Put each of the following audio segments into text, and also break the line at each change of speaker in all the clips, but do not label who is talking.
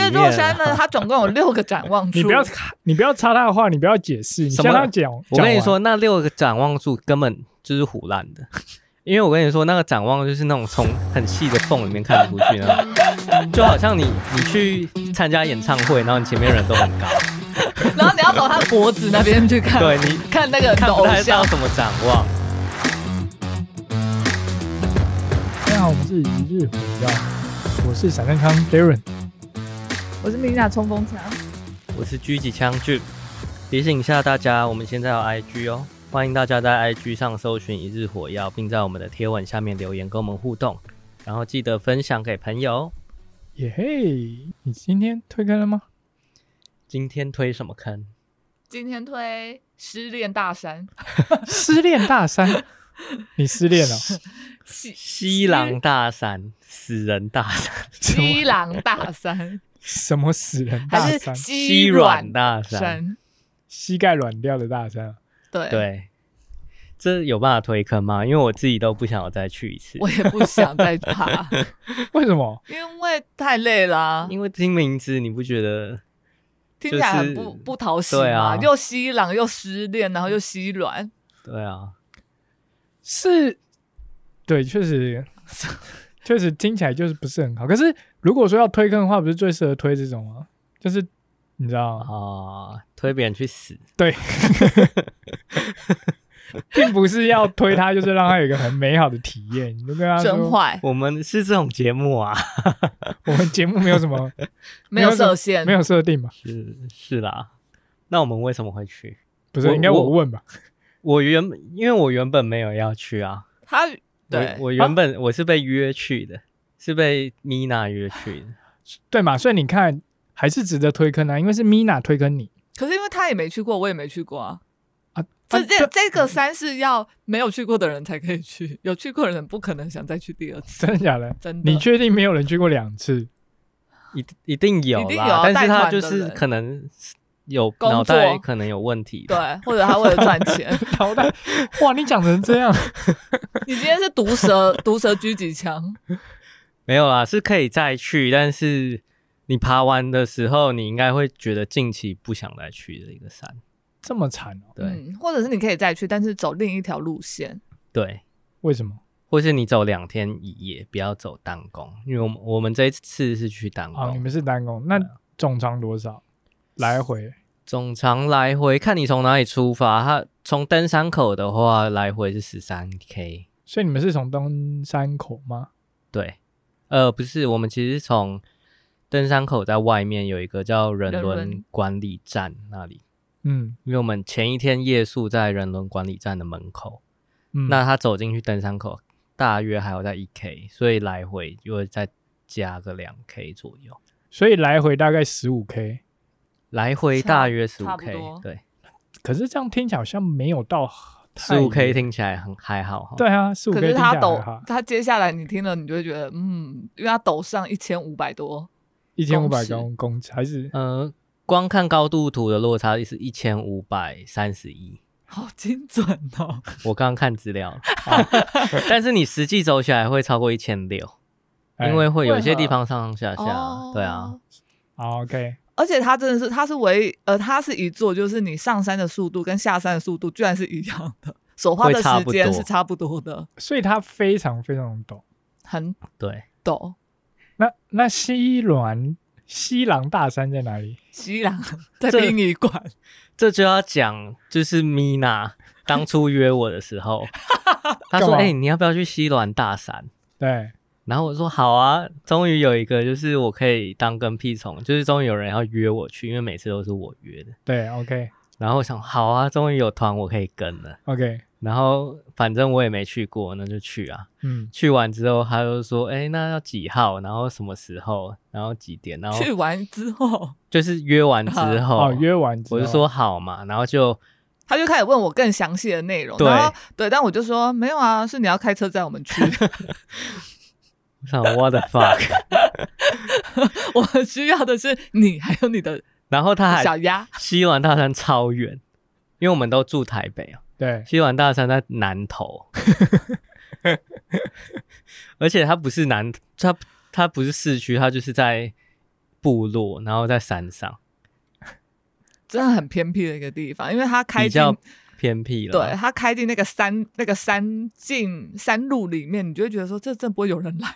是若山
啊
呢，它总共有六个展望处。
你不要插你不要插他的话，你不要解释，你
什
向
么
他讲。
我
讲
跟你
完，
说，那六个展望柱根本就是胡乱的， 因为我跟你说，那个展望就是那种从很细的缝里面看出去那种，就好像你你去参加演唱会，然后你前面人都很高，
然后你要走他脖子那边去看，
对你
看那个你的
看不
偶
太
像
到。什么展望。
大家好，我们是一日火药，我是闪亮康 Darren。
我是米娜冲锋枪，
我是狙击枪剧，提醒一下大家，我们现在有 IG 哦，欢迎大家在 IG 上搜寻一日火药，并在我们的贴文下面留言跟我们互动，然后记得分享给朋友哦。
耶嘿，你今天推开了吗？
今天推什么坑？
今天推失恋大山，
失恋大山，你失恋了？
西
西郎大山，死人大山，
西郎大山
什么死人大
还是
山？
西
西软
软
大山，
山？
膝盖软掉的大山。
对，
对。这有办法推坑吗？因为我自己都不想我再去一次，
我也不想再 爬，
为什么？
因为太累啦、
因为听名字你不觉得
听起来很
就
不
是
不讨喜
对
嘛，
啊
又西朗又失恋，然后又西软，
对啊？
是，对，确实， 确实听起来就是不是很好。可是如果说要推坑的话，不是最适合推这种吗？就是你知道
啊、
吗？
推别人去死，
对，并不是要推他，就是让他有一个很美好的体验。你就跟他
真
说，
坏，
我们是这种节 目啊，
我们节目没有什么，
没有
没有什么
射线，
没有设定嘛？
是是啦，那我们为什么会去？
不是，
我
应该我
我
问吧？
我原因为我原本没有要去啊，
他对啊
我我原本、我是被约去的，是被米娜约去的，
对嘛？所以你看，还是值得推坑啊，因为是 Mina 推坑你
可是因为他也没去过，我也没去过啊。
啊。
这
啊
这这
嗯
个山是要没有去过的人才可以去，有去过的人不可能想再去第二次。
真的假的？
真的，
你确定没有人去过两次？
一一定有啦，
一定有啊
但是
带
他
团
就
的
是
人
可能有
工
脑袋
作
可能有问题，
对，或者他为了赚钱。
好的，哇，你讲成这样，
你今天是毒蛇，毒蛇狙击枪，
没有啦，是可以再去，但是你爬完的时候，你应该会觉得近期不想再去的一个山，
这么惨哦、
对、
嗯，或者是你可以再去，但是走另一条路线。
对。
为什么？
或是你走两天一夜，不要走单工，因为我们我们这一次是去单工，
哦
啊，你们是单工，那
对啊
总长多少？来回
总长来回看你从哪里出发，它从登山口的话，来回是十三 K。
所以你们是从登山口吗？
对，呃，不是，我们其实是从登山口在外面有一个叫人
人
伦
伦
管理站那里，
嗯
因为我们前一天夜宿在人伦管理站的门口，
嗯，
那他走进去登山口大约还有在一 K，所以来回就会再加个两 K 左右，
所以来回大概十五 K，
来回
差
大约十
差
五
不
K，
多
对，
可是这样听起来好像没有到太
十五 K 听起来很还好哈。
对啊，十五
可
K
是
听起
他
来
抖
哈，，
他接下来你听了，你就会觉得，嗯，因为他抖上一千五百多，
一千五百
公尺
公公尺还是
呃，光看高度图的落差是一千五百三十一，
好精准 哦。
我刚刚看资料 了，但是你实际走起来会超过一千六，
哎
因为会有
为
些
何
地方上上下下，对啊
哦，，
好 OK，
而且它真的是，它是唯一，呃，它是一座，就是你上山的速度跟下山的速度居然是一样的，手花的
会差
时
不
间
多
是差不多的，
所以它非常非常陡。
很
对，
陡。
那那西峦西朗大山在哪里？
西朗在
这
殡仪馆，
这就要讲就是米 娜当初约我的时候，她说：“
干嘛
哎、你要不要去西峦大山？”
对，
然后我说好啊，终于有一个就是我可以当跟屁虫，就是终于有人要约我去，因为每次都是我约的。
对，OK
然后我想好啊，终于有团我可以跟了。
OK，
然后反正我也没去过，那就去啊。
嗯，
去完之后，他就说：“哎，那要几号？然后什么时候？然后几点？然后
去完之后，
就是约完之 后，
哦，约完之后
我就说好嘛。然后就
他就开始问我更详细的内容，
对
然后对，但我就说没有啊，是你要开车载我们 去，
我想 what the fuck。
我们需要的是你还有你的
然后他还
小鸭，
西完大山超远，因为我们都住台北啊。
对，
西完大山在南投， 而且它不是南，它它不是市区，它就是在部落，然后在山上，
真的很偏僻的一个地方，因为它开
比
进
较偏僻了。
对，它开进那个山那个山进山路里面，你就会觉得说这真不会有人来。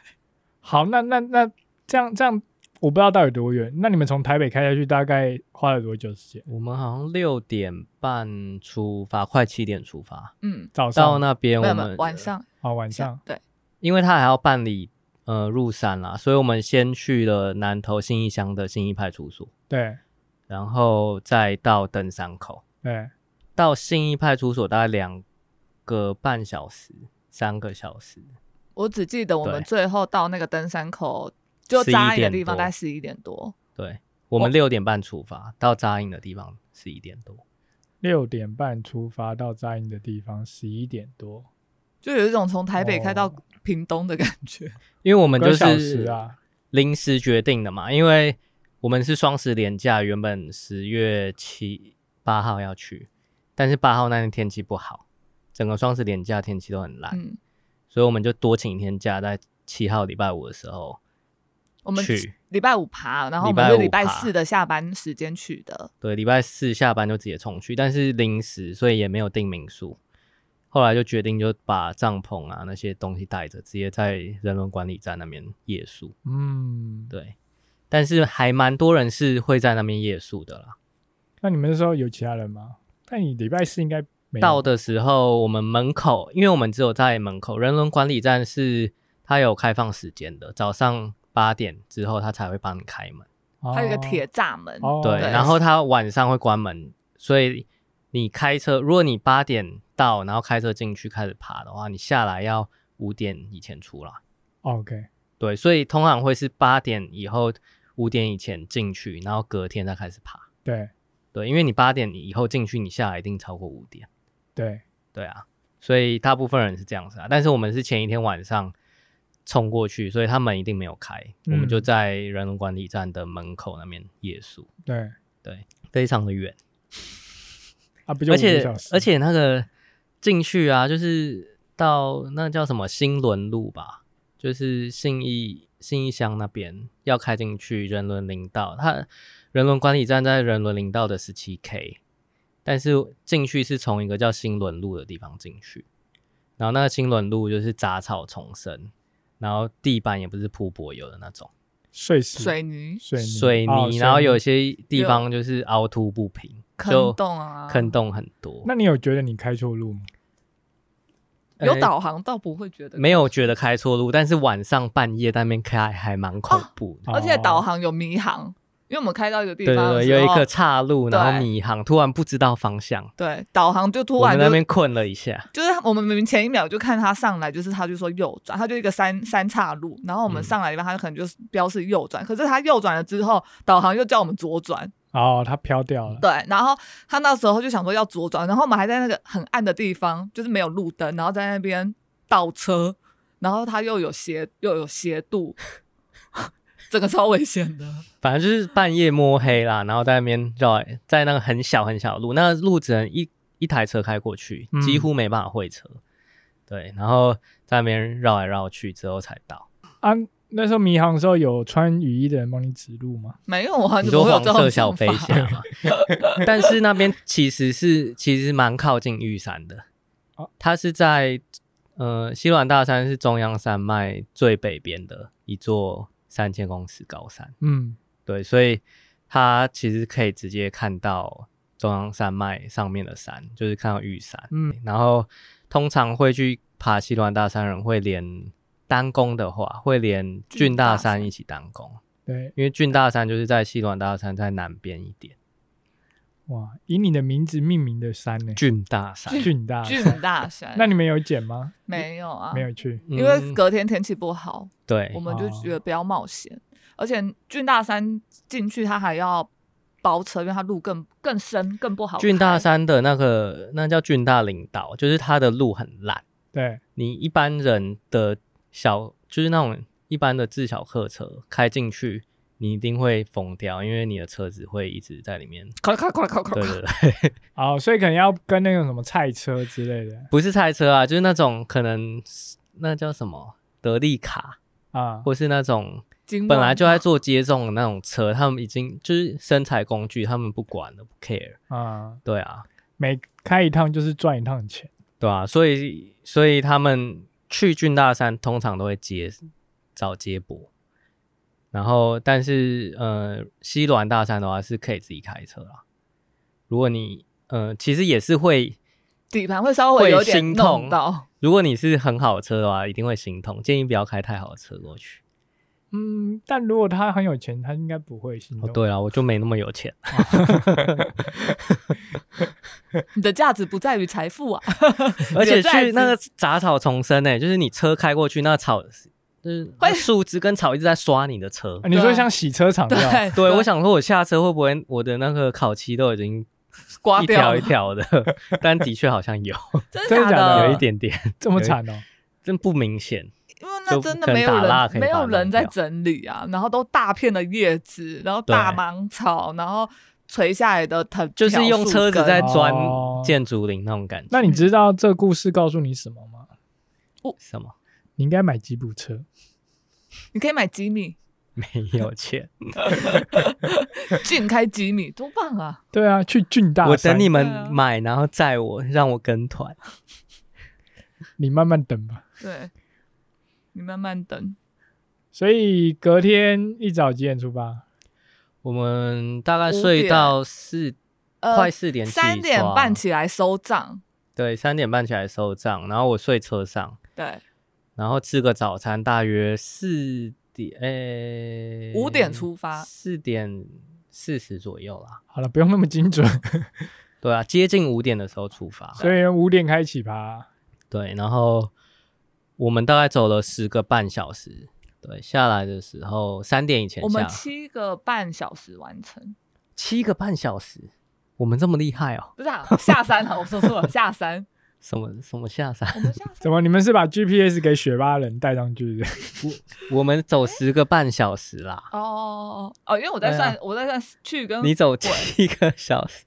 好，那那那这样这样，我不知道到底多远。那你们从台北开下去，大概花了多久时间？
我们好像六点半出发，快七点出发，
嗯，
早
到
上
那边
没
我
有没有
们呃
晚上
哦，晚上
对
因为他还要办理呃入山啦，所以我们先去了南投信义乡的信义派出所，
对
然后再到登山口，
对，
到信义派出所大概两个半小时，三个小时。
我只记得我们
对
最后到那个登山口就
11
扎营的
点
地方，
多
大概十一点多。
对，我
哦
们六点半出发，到扎营的地方十一点多。
六点半出发到扎营的地方，十一点多，
就有一种从台北开到
哦
屏东的感觉。
因为我们
个
就
小
是
时啊，
临时决定的嘛，因为我们是双十连假，原本十月七八号要去，但是八号那天天气不好，整个双十连假天气都很烂，
嗯，
所以我们就多请一天假，在七号礼拜五的时候
我们
去。
礼拜五爬，然后我
礼拜
们是
五
礼拜
爬
四的下班时间去的。
对，礼拜四下班就直接冲去，但是临时，所以也没有订民宿。后来就决定就把帐篷啊那些东西带着，直接在人文管理站那边夜宿。
嗯，
对，但是还蛮多人是会在那边夜宿的啦。
那你们那时候有其他人吗？那你礼拜四应该没有
到的时候，我们门口，因为我们只有在门口，人伦管理站是它有开放时间的，早上八点之后它才会帮你开门，
哦
它有一个铁栅门，
哦，
对，
对
然后它晚上会关门，所以你开车，如果你八点到，然后开车进去开始爬的话，你下来要五点以前出来，
OK，
对，所以通常会是八点以后，五点以前进去，然后隔天再开始爬，
对
对，因为你八点以后进去，你下来一定超过五点。
对，
对啊，所以大部分人是这样子啊。但是我们是前一天晚上冲过去，所以他们一定没有开，
嗯
我们就在人文管理站的门口那边夜宿，
对
非常的远，
啊，不就
而
五个
且
小时？
而且那个进去啊，就是到那叫什么新伦路吧，就是信义信义乡那边要开进去人伦林道，它人伦管理站在人伦林道的十七 K，但是进去是从一个叫新伦路的地方进去，然后那个新伦路就是杂草丛生，然后地板也不是铺柏油的那种，
碎石
水泥
水泥
水
哦
泥，然后有些地
有
方就是凹凸不平，就
坑洞啊，
坑洞很多。
那你有觉得你开错路吗？
有
呃
导航倒不会觉得
没有觉得开错路，但是晚上半夜在那边开还蛮恐怖的。
哦
而且导航有迷航，因为我们开到一个地
对
方的
对对，
时候，
有一个岔路，
对
然后迷航，突然不知道方向，
对导航就突
我
然
们在
就
那边困了一下。
就是我们明明前一秒就看他上来，就是他就说右转，他就一个三三岔路，然后我们
嗯
上来一半，他可能就是标示右转，可是他右转了之后，导航又叫我们左转，
哦，它飘掉了。
对，然后他那时候就想说要左转，然后我们还在那个很暗的地方，就是没有路灯，然后在那边倒车，然后他又有斜又有斜度， 整个超危险的。
反正就是半夜摸黑啦，然后在那边绕来，在那个很小很小的路，那个路只能一一台车开过去
嗯，
几乎没办法会车。对，然后在那边绕来绕去之后才到。
啊，那时候迷航的时候有穿雨衣的人帮你指路吗？
没有啊，
你
怎么
说
会有
黄
这种
色小飞
想法
侠嘛？但是那边其实是其实蛮靠近玉山的
哦，
它是在呃西峦大山是中央山脉最北边的一座三千公尺高山，
嗯，
对，所以它其实可以直接看到中央山脉上面的山，就是看到玉山。
嗯，
然后通常会去爬西峦大山的人会连单攻的话，会连
郡
郡
大
大
山
山一起单攻。
对，
因为郡大山就是在西峦大山在南边一点，
哇，以你的名字命名的山呢、
郡大山。
俊大。，
俊大山
那你们有剪吗？
没有啊？
没有去。
嗯哎哦
因为隔天天气不好，
对
我，们就觉得不要冒险。而且郡大山进去，它还要包车，因为它路更更深，更不好开。
郡大山的那个那叫郡大领导，就是它的路很烂，
对，
你一般人的小就是那种一般的自小客车开进去，你一定会疯掉，因为你的车子会一直在里面。
咔咔咔咔咔
对
咔，
对 对，
哦，所以可能要跟那个什么菜车之类的
不是菜车啊，就是那种可能那叫什么德利卡，
啊，
或是那种
今晚
本来就在做接种的那种车，他们已经就是生产工具，他们不管了，不 care。
啊，
对啊，
每开一趟就是赚一趟钱。
对啊，所以所以他们去俊大山通常都会接找接驳，然后但是呃西峦大山的话是可以自己开车啦。如果你呃其实也是会，
底盘会稍微有
会
点
心痛
弄到，
如果你是很好的车的话，一定会心痛，建议不要开太好的车过去。
嗯，但如果他很有钱，他应该不会心
哦，
动。
对啊，我就没那么有钱。
你的价值不在于财富 啊，
而且
有在
去那个杂草丛生呢、欸就是你车开过去，那草就是那
会
树枝跟草一直在刷你的车
啊。你说像洗车场这样，
对
对，我想说，我下车会不会我的那个烤漆都已经
刮
一
掉
条
了
一条的？ 但的确好像有
真
真的假的
的？
有一，点点，
这么惨哦、
真不明显。
因为那真的没有
就可能打蜡可
人
以把
没
它
有人在
弄掉
整理啊，然后都大片的叶子，然后大
对
芒草，然后垂下来的藤，
就是用车子在
条树
钻
哦
建筑林那种感觉。
那你知道这故事告诉你什么吗？
什么？
你应该买吉普车。
根，你可以买几米，
没有钱，
俊开几米，多棒啊！
对啊，去俊大山，
我等你们
对啊
买，然后载我，让我跟团。
你慢慢等吧。
对，你慢慢等，
所以隔天一早几点出发？
我们大概
五
睡
点
到四，
呃
快四点起床，
三点半起来收账，
对，三点半起来收账，然后我睡车上，
对，
然后吃个早餐，大约四点，诶、
五点出发
四点四十左右啦。
好了，不用那么 精准，
对啊，接近五点的时候出发。
所以五点开启吧。
对，然后我们大概走了十个半小时，对，下来的时候三点以前
我们
下，
七个半小时完成，
七个半小时，我们这么厉害哦？
不是啊，下山了，我说错了，下 山，
什么什么下山？
我们下山
怎么？你们是把 GPS 给雪巴人带上去 的？
我们走十个半小时啦，
哦哦哦，因为我在
对啊
算我在算去跟
你走七个小时。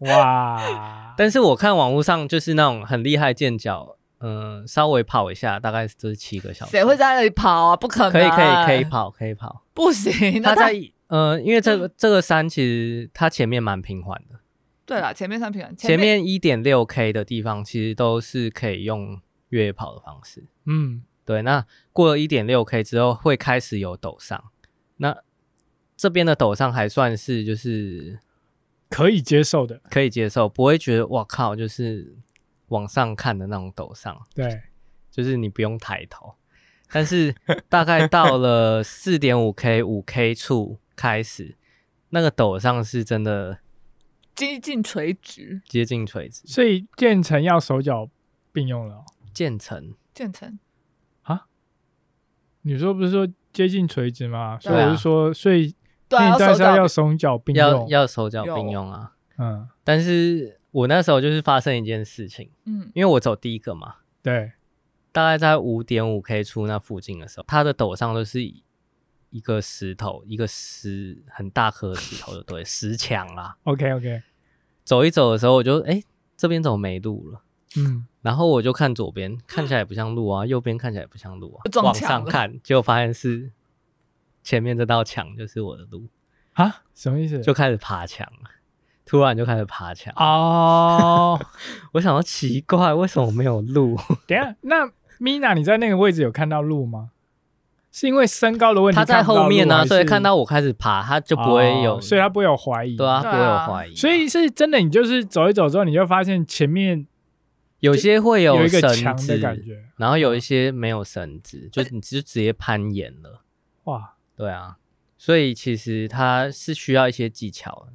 哇！
但是我看网络上就是那种很厉害健脚，嗯、稍微跑一下，大概就是七个小时。
谁会在那里跑啊？不可能，
可以可以可以，跑可以跑。
不行。
它
那
在呃，因为这
嗯
个这个山其实它前面蛮平缓的，
对了，前面三平衡，
前
面
面一点六 K 的地方其实都是可以用越野跑的方式。
嗯，
对，那过了一点六 K 之后会开始有陡上，那这边的陡上还算是就是
可以接受的。
可以接受，不会觉得哇靠，就是往上看的那种陡上。
对，
就是你不用抬头。但是大概到了四点五 K、五 K 处开始，那个陡上是真的
接近垂直
接近垂直，
所以建成要手脚并用了哦、
渐层。
建成，
你说不是说接近垂直吗？
对
所
啊
以我是说，所以
对啊，
运动
手
山
脚
要手脚并
要
用。
要手脚并用啊。
嗯，
但是我那时候就是发生一件事情，
嗯，
因为我走第一个嘛，
对，
大概在五点五 K 处那附近的时候，它的陡上都是一个石头，一个石很大颗的石头，就对，石墙啦。
OK OK，
走一走的时候，我就哎、诶这边怎么没路了？
嗯，
然后我就看左 边，看起来也不像路啊，右边看起来也不像 路啊，
撞
往
墙
上
了
看，结果发现是前面这道墙就是我的路，
啊，什么意思？
就开始爬墙了。突然就开始爬墙啊！
哦，
我想到奇怪，为什么没有 路？
等一下，那 Mina 你在那个位置有看到路吗？是因为身高的问题
他在
看不到路，
后面呢、啊
还是
所以看到我开始爬，他就不会有，
哦所以他不会有怀疑。
对啊，
对
他
啊
不会有怀疑。
所以是真的，你就是走一走之后，你就发现前面
有些会
有一个
绳
墙的
子，
感觉，嗯
然后有一些没有绳子，就你就直接攀岩了。
哇，
对啊，所以其实它是需要一些技巧的，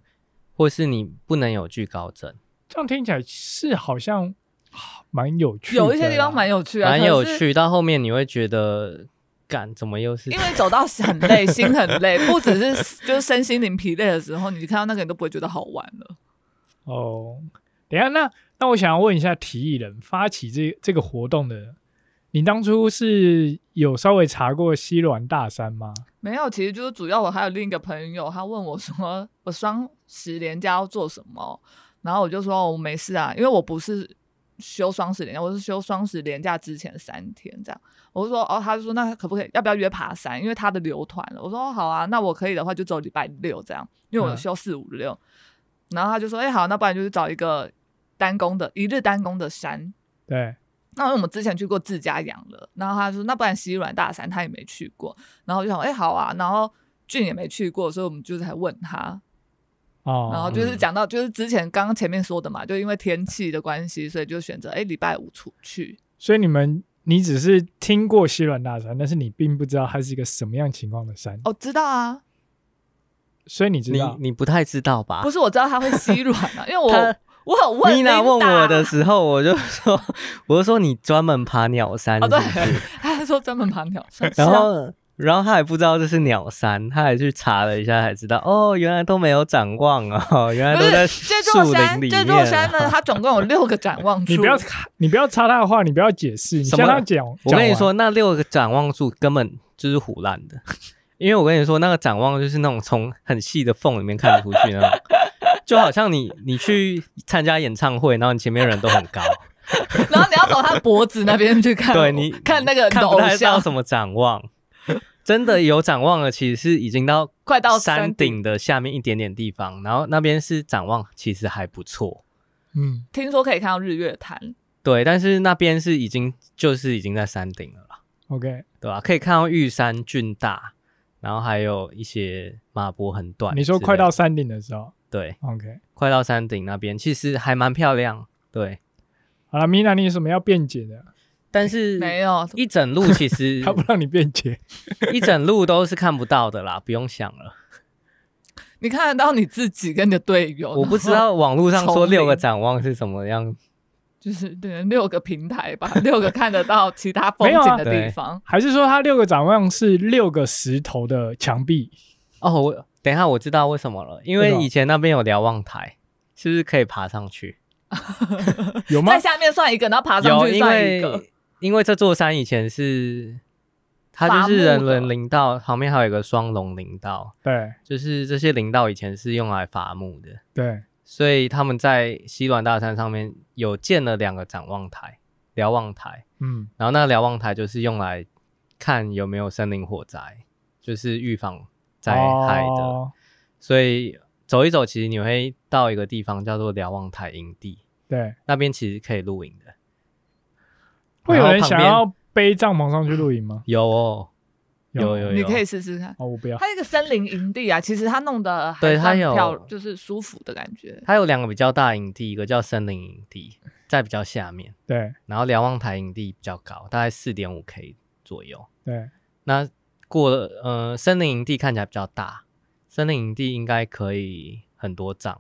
或是你不能有惧高症，
这样听起来是好像啊蛮有趣的啦，
有一些地方蛮有趣啊，
蛮
可
有
是。
趣。到后面你会觉得，干怎么又是
因？为走到很累，心很累，不只是 就是身心灵疲累的时候，你看到那个你都不会觉得好玩了。
哦。等一下，那那我想要问一下提议人，发起这这个活动的人，你当初是有稍微查过西峦大山吗？
没有，其实就是主要我还有另一个朋友，他问我说我双十连假要做什么，然后我就说我没事啊，因为我不是休双十连假，我是休双十连假之前三天这样。我就说哦，他就说那可不可以，要不要约爬山？因为他的流团了。我说哦好啊，那我可以的话就走礼拜六这样，因为我
嗯
休四五六。然后他就说哎、好，那不然就是找一个单攻的一日单攻的山。
对，
那因为我们之前去过自家养了，然后他说那不然西软大山他也没去过，然后我就想哎、好啊，然后俊也没去过，所以我们就才问他，
哦，
然后就是
嗯
讲到，就是之前刚刚前面说的嘛，就因为天气的关系，所以就选择哎礼拜五出去。
所以你们你只是听过西软大山，但是你并不知道它是一个什么样情况的山，
哦，知道啊，
所以你知
你
道
你不太知道吧？
不是我知道它会吸软啊，因为
他
我我有问
妮娜
Linda
问我的，时候，我就说， 我就说你专门爬鸟山
哦
是
对
不是，，
他说专门爬 鸟山，
然
是啊
后然后他也不知道这是鸟山，他也去查了一下才知道，哦，原来都没有展望哦，原来
不
都在
是这座
树林
山，
里
这
面
座山呢，
啊。
它总共有六个展望处。
你不要插你不要插他的话，你不要解释，你
什
向
么
他讲。
我
讲
跟你
完
说，，那六个展望处根本就是胡乱的， 因为我跟你说，那个展望就是那种从很细的缝里面看出去那种， 就好像你你去参加演唱会，然后你前面人都很高，
然后你要从他脖子那边去 看，
对你
看那个你的
看不
偶
太到
像
什么展望。 真的有展望的，其实是已经到
快到
山
顶。
顶的下面一点点地方，然后那边是展望，其实还不错。
嗯，
听说可以看到日月潭，
对，但是那边是已经就是已经在山顶了啦，
OK，
对吧、可以看到玉山峻大，然后还有一些马博很短之类的。
你说快到山顶的时候
对，
，OK，
快到山顶那边，其实还蛮漂亮。对，
好了，米娜，你有什么要辩解的？
但是
没有
一整路其实
他不让你辩解，
一整路都是看不到的啦，不用想了。
你看得到你自己跟你的队友。
我不知
然后
道网络上说
哦丛林
六个展望是什么样，
就是对六个平台吧， 六个看得到其他风景的地方。
还是说他六个展望是六个石头的墙壁？
哦，我等一下我知道为什么了，因
为什
为
么
以前那边有瞭望台，是不是可以爬上去？
有
啊
吗
在？下面算一个，然后爬上
有，
去
因
算一个
为。 因为这座山以前是它
伐
就是
木
人
的
人林道，旁边还有一个双龙林道，
对
就是这些林道以前是用来伐木的，
对，
所以他们在西峦大山上面有建了两个展望台、瞭望台，
嗯，
然后那个瞭望台就是用来看有没有森林火灾，就是预防灾害的。
哦
所以走一走，其实你会到一个地方叫做瞭望台营地，
对，
那边其实可以露营的。
会有
然后
人
旁
想
边
要背帐篷上去露营吗？
有哦，有
有
有有，
你可以试试看，
哦，我不要。
它那个森林营地啊，其实它弄得还
对它
算
有
漂就是舒服的感觉。
它有两个比较大营地，一个叫森林营地，在比较下面，
对
然后瞭望台营地比较高，大概四点五 K 左右。
对，
那过了，呃，森林营地看起来比较大，森林营地应该可以很多帐，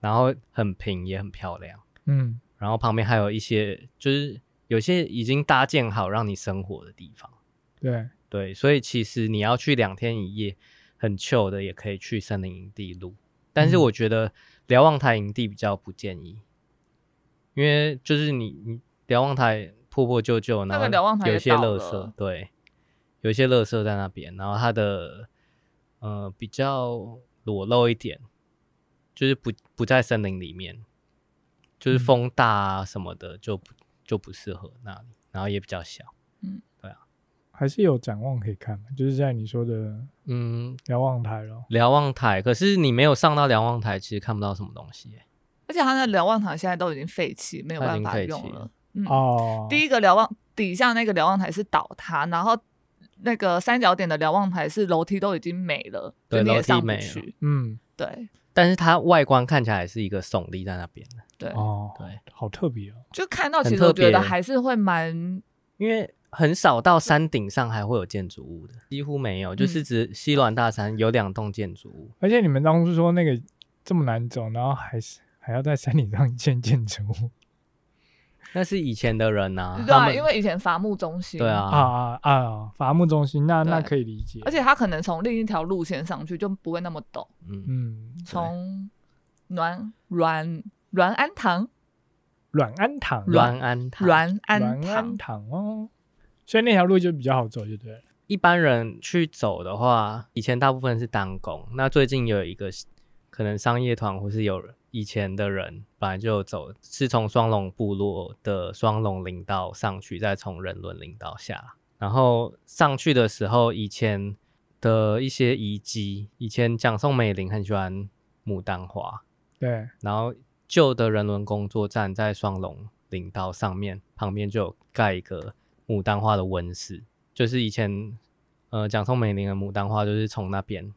然后很平也很漂亮，
嗯，
然后旁边还有一些就是有些已经搭建好让你生活的地方。
对，
对，所以其实你要去两天一夜，很 chill 的，也可以去森林营地录。但是
嗯
我觉得瞭望台营地比较不建议，因为就是你你瞭望台破破旧旧，
那
然
个瞭望
后
台
有
也
一些
倒
垃圾
了，
对，有一些垃圾在那边，然后它的呃比较裸露一点，就是不不在森林里面，就是
嗯
风大啊什么的就不就不适合那里，然后也比较小。
还是有展望可以看嘛，啊就是在你说的
嗯，
瞭望台咯。
瞭望台，可是你没有上到瞭望台，其实看不到什么东西耶。
而且它那瞭望台现在都已经废弃，没有办法
它已经废
用
弃
了。嗯，
哦，
第一个瞭望底下那个瞭望台是倒塌，然后那个三角点的瞭望台是楼梯都已经没了，
对
就你也
楼梯
上不
没了
去。
嗯，
对
但是它外观看起来是一个耸立在那边的，
对，
哦，
对，
好特别哦。
就看到
很
其实
特
我觉
别
得还是会蛮
因为很少到山顶上还会有建筑物的，几乎没
嗯
有，就是指西峦大山有两栋建筑物，
而且你们当初说那个这么难走，然后还是还要在山顶上建建筑物
那是以前的人呐、
对
他
啊，
们
因为以前伐木中心，
对啊，
啊啊啊！伐木中心，那那
对
可以理解。
而且它可能从另一条路线上去就不会那么陡，
嗯，
嗯，
从暖软软安堂
软安堂，
软安塔，
软安
软
堂
安堂哦，所以那条路就比较好走，就对了。
一般人去走的话，以前大部分是单工，那最近有一个可能商业团或是有以前的人本来就有走，是从双龙部落的双龙林道上去，再从人伦林道下来。然后上去的时候，以前的一些遗迹，以前蒋宋美龄很喜欢牡丹花，
对，
然后旧的人伦工作站在双龙林道上面，旁边就有盖一个牡丹花的温室，就是以前呃蒋宋美龄的牡丹花就是从那边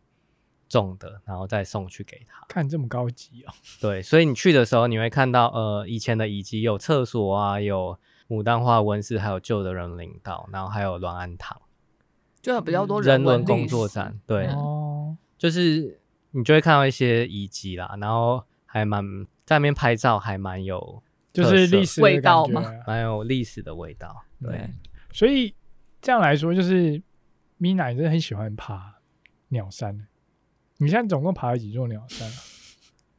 种的，然后再送去给他。
看这么高级哦，
对，所以你去的时候，你会看到呃以前的遗迹，有厕所啊，有牡丹花温室，还有旧的人林道，然后还有乱安堂
就有比较多
人
文
文
历
工作
史
站，对，啊
嗯
哦，
就是你就会看到一些遗迹啦，然后还蛮在那边拍照，还蛮有
就是历史的
味道
感觉啊
吗
蛮有历史的味道。对，
所以这样来说，就是 Mina 你真的很喜欢爬鸟山。欸你现在总共爬了几座鸟山、啊？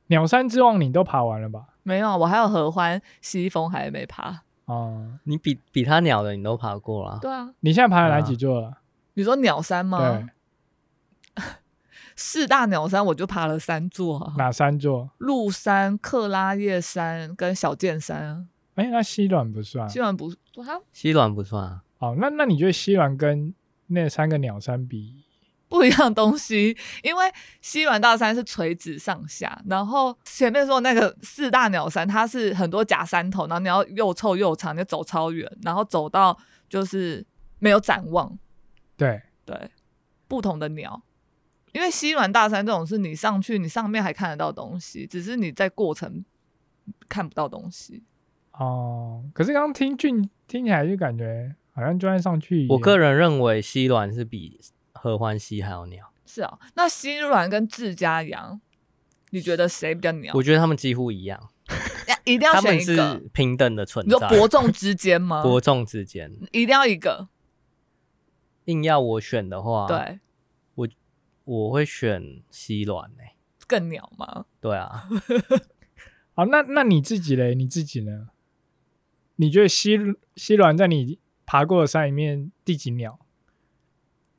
鸟山之王你都爬完了吧？
没有，啊我还有合欢西峰还没爬。
啊、
你比比他鸟的你都爬过啦，
对啊，
你现在爬了哪几座了？
你说鸟山吗
对？，
四大鸟山我就爬了三座啊，
哪三座？
鹿山、克拉叶山跟小剑山啊，
哎、那西卵不算。
基本不它
西峦不算啊。
哦，那那你觉得西卵跟那三个鸟山比？
不一样的东西，因为西峦大山是垂直上下，然后前面说的那个四大鸟山，它是很多假山头，然后你要又臭又长，你就走超远，然后走到就是没有展望，
对，
对，不同的鸟。因为西峦大山这种是你上去，你上面还看得到东西，只是你在过程看不到东西。
哦，可是刚刚听俊听起来就感觉好像就算上去，
我个人认为西峦是比合欢溪还有鸟，
是啊，那西峦跟自家羊，你觉得谁比较鸟
我？觉得他们几乎一样，
一定要
他
选
们
一
是
个。
平等的存
你说
在，
伯仲之间吗？
伯仲之间。
一定要一个。
硬要我选的话，，
对，
我会选西峦诶、
更鸟吗？
对啊，
好，哦那那你自己嘞？你自己呢？你觉得西西峦在你爬过的山里面第几鸟？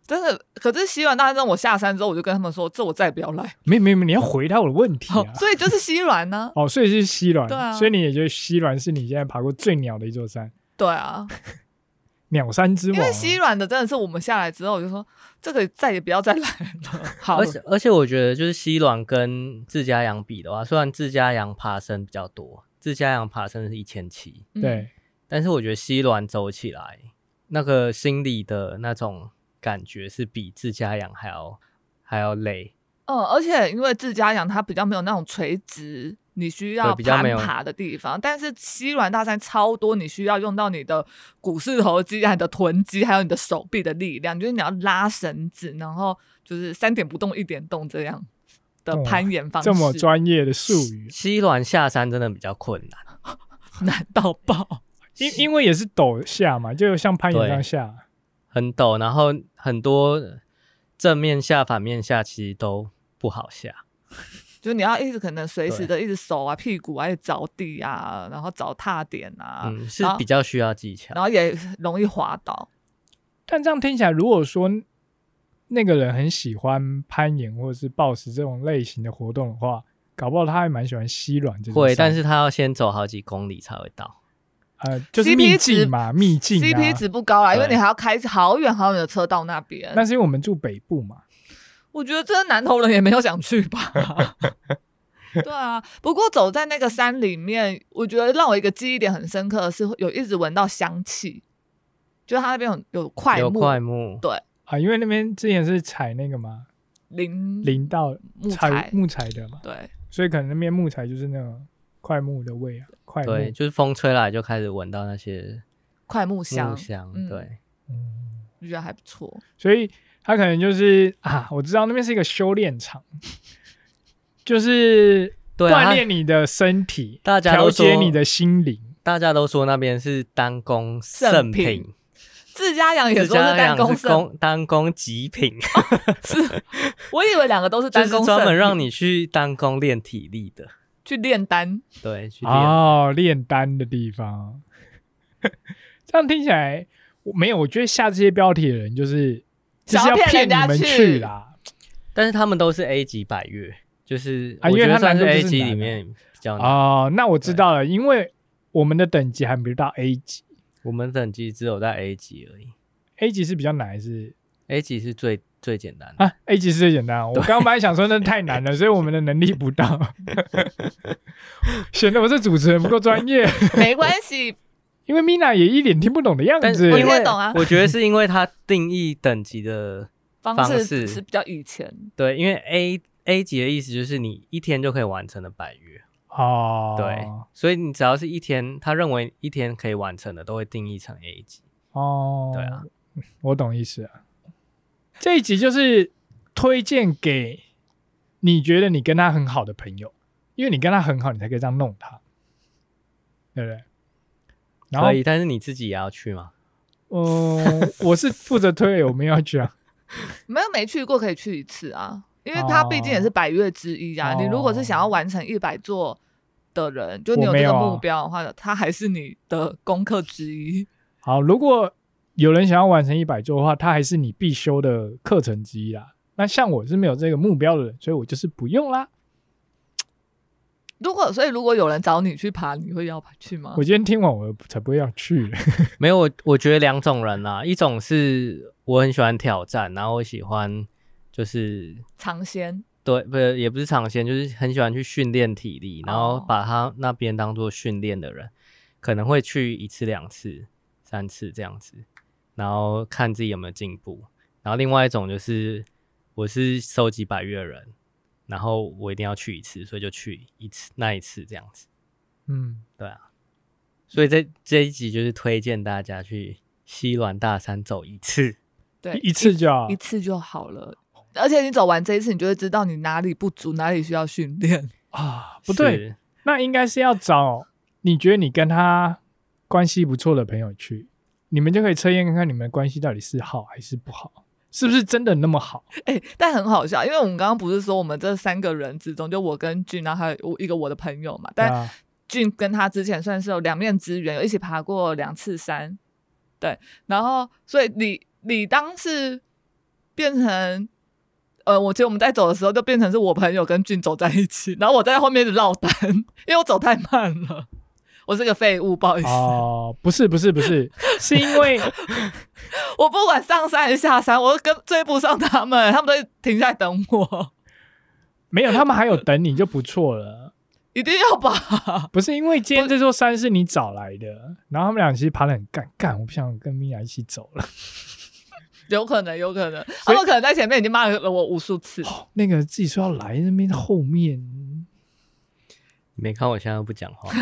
真的，可是西软大战我下山之后，我就跟他们说，这我再也不要来。
没有没有，没有你要回答我的问题 啊！
所以就是啊西软 呢、
哦，所以是西峦，
对啊
所以你也觉得西峦是你现在爬过最鸟的一座山，
对啊，
鸟山之
因
王啊。
为西软的真的是我们下来之后，我就说这个再也不要再来了。 好
而，且而且我觉得就是西峦跟自家羊比的话，虽然自家羊爬升比较多，自家羊爬升是一千七，
嗯，
对，
但是我觉得西峦走起来那个心里的那种感觉是比自家羊还要还要累，
嗯，而且因为自家养它比较没有那种垂直。你需要
对比较
攀
没有
爬的地方，但是西软大山超多，你需要用到你的股四头肌、啊、你的臀肌，还有你的手臂的力量，就是你要拉绳子，然后就是三点不动一点动这样的
哦
哇
攀岩方式。
这么专业的术语，
西峦下山真的比较困难。
难到爆。
因因为也是陡下嘛，就像攀岩
对
这样下。
很陡，然后很多正面下、反面下其实都不好下。
就是你要一直可能随时的一直手啊、屁股啊、一直着地啊，然后找踏点啊，
嗯，是
然后
比较需要技巧
然。后也容易滑倒。
但这样听起来，如果说那个人很喜欢攀岩或者是暴食这种类型的活动的话，搞不好他还蛮喜欢西峦这种山。
会，但是他要先走好几公里才会到。
呃，就是秘
CP 值
境嘛，秘境、啊。
CP 值不高啦，因为
对
你还要开好远好远的车到那边。
那是因为我们住北部嘛，
我觉得这南头人也没有想去 吧。对啊，不过走在那个山里面，我觉得让我一个记忆点很深刻的是，有一直闻到香气，就是它那边有有块
有
木、
快木，
啊，因为那边之前是采那个嘛，
林
林道
木
采
材，
木材的嘛，
对，
所以可能那边木材就是那种快木的味啊，快木。
对，就是风吹来就开始闻到那些
块木
木
香，
香。
嗯
对，
嗯，
我觉得还不错。
所以他可能就是啊，我知道那边是一个修炼场，就是
对啊，
锻
他
炼你的身体，
大家
调
都
节
说
你的心灵。
大家都说那边是单工
圣
圣
品
品，
自家 养也
自
说是
家
单
养
公
是
圣，
工单工极 品，
是，我以为两个都是
就
单
是
公圣，
专门让你去单工练体力的。
去炼丹。
对，去练。
哦，炼丹的地方。 这样听起来，我没有，我觉得下这些标题的人就是就是
想要
要
骗人
骗你
家
们
去
啦。
但是他们都是 A 级百越，就是
啊
我
因为
觉得
它
算
难
是
度
A
就是
级
难
里
啊
面比较难，
哦，那我知道了，因为我们的等级还没到 A 级
我们等级只有在 A 级而已
，A 级是比较难，还是
，A 级是最最简单的。
啊？A 级是最简单啊。我刚刚本来想说那太 难了，所以我们的能力不到， 显得我是主持人不够专业。
没关系，
因为 Mina 也一脸听不懂的样
但
子
因，
听
为
得懂啊
我觉得是因为它定义等级的
方
方式
式是比较以前，
对，因为 A A 级的意思就是你一天就可以完成的百越，
哦，
对，所以你只要是一天，他认为一天可以完成的，都会定义成 A 级。
哦，
对啊，
我懂意思啊。这一集就是推荐给你觉得你跟他很好的朋友，因为你跟他很好，你才可以这样弄他，对不对？然后
可，以，但是你自己也要去嘛？
嗯，我是负责推，我们要去啊。
没有没去过可以去一次啊，因为它毕竟也是百越之一啊。
哦
你如果是想要完成一百座的人，就你
我
有
没
这
有
个
啊
目标的话，它还是你的功课之一。
好，如果有人想要完成一百座的话，它还是你必修的课程之一啦。那像我是没有这个目标的人，所以我就是不用啦。
如果所以如果有人找你去爬，你会要去吗
我？今天听完，我才不会要去。
没有，我我觉得两种人啦、一种是我很喜欢挑战，然后我喜欢就是
尝鲜
对，不是也不是尝鲜，就是很喜欢去训练体力，然后把他那边当做训练的人，可能会去一次、两次、三次这样子，然后看自己有没有进步。然后另外一种就是，我是收集百越的人，然后我一定要去一次，所以就去一次那一次这样子。
嗯，
所以这这一集就是推荐大家去西峦大山走一次。
对
一次就好
一。次就好了。而且你走完这一次，你就会知道你哪里不足，哪里需要训练。
啊，不对，
是，
那应该是要找你觉得你跟他关系不错的朋友去，你们就可以测验看看你们的关系到底是好还是不好，是不是真的那么好？
哎、但很好笑，因为我们刚刚不是说我们这三个人之中，就我跟俊，然后还有我一个我的朋友嘛，但
啊，
俊跟他之前算是有两面之缘，有一起爬过两次山，对，然后所以理理当是变成，呃，我觉得我们在走的时候就变成是我朋友跟俊走在一起，然后我在后面一直落单，因为我走太慢了，我是个废物，不好意思，
哦，不是不是不是，是因为
我不管上山还是下山，我都跟追不上他们，他们都一直停下来等我，
没有他们还有等你就不错了，
一定要吧？
不是因为今天这座山是你找来的，然后他们俩其实爬得很干干，我不想跟米娅一起走了。
有可能，有可能，他
所以哦
们可能在前面已经骂了我无数次。
那个自己说要来那边后面，
你没看我现在不讲话。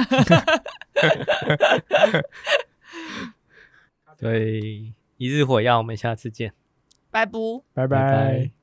对，一日火药，我们下次见。
拜拜。
拜
拜拜
拜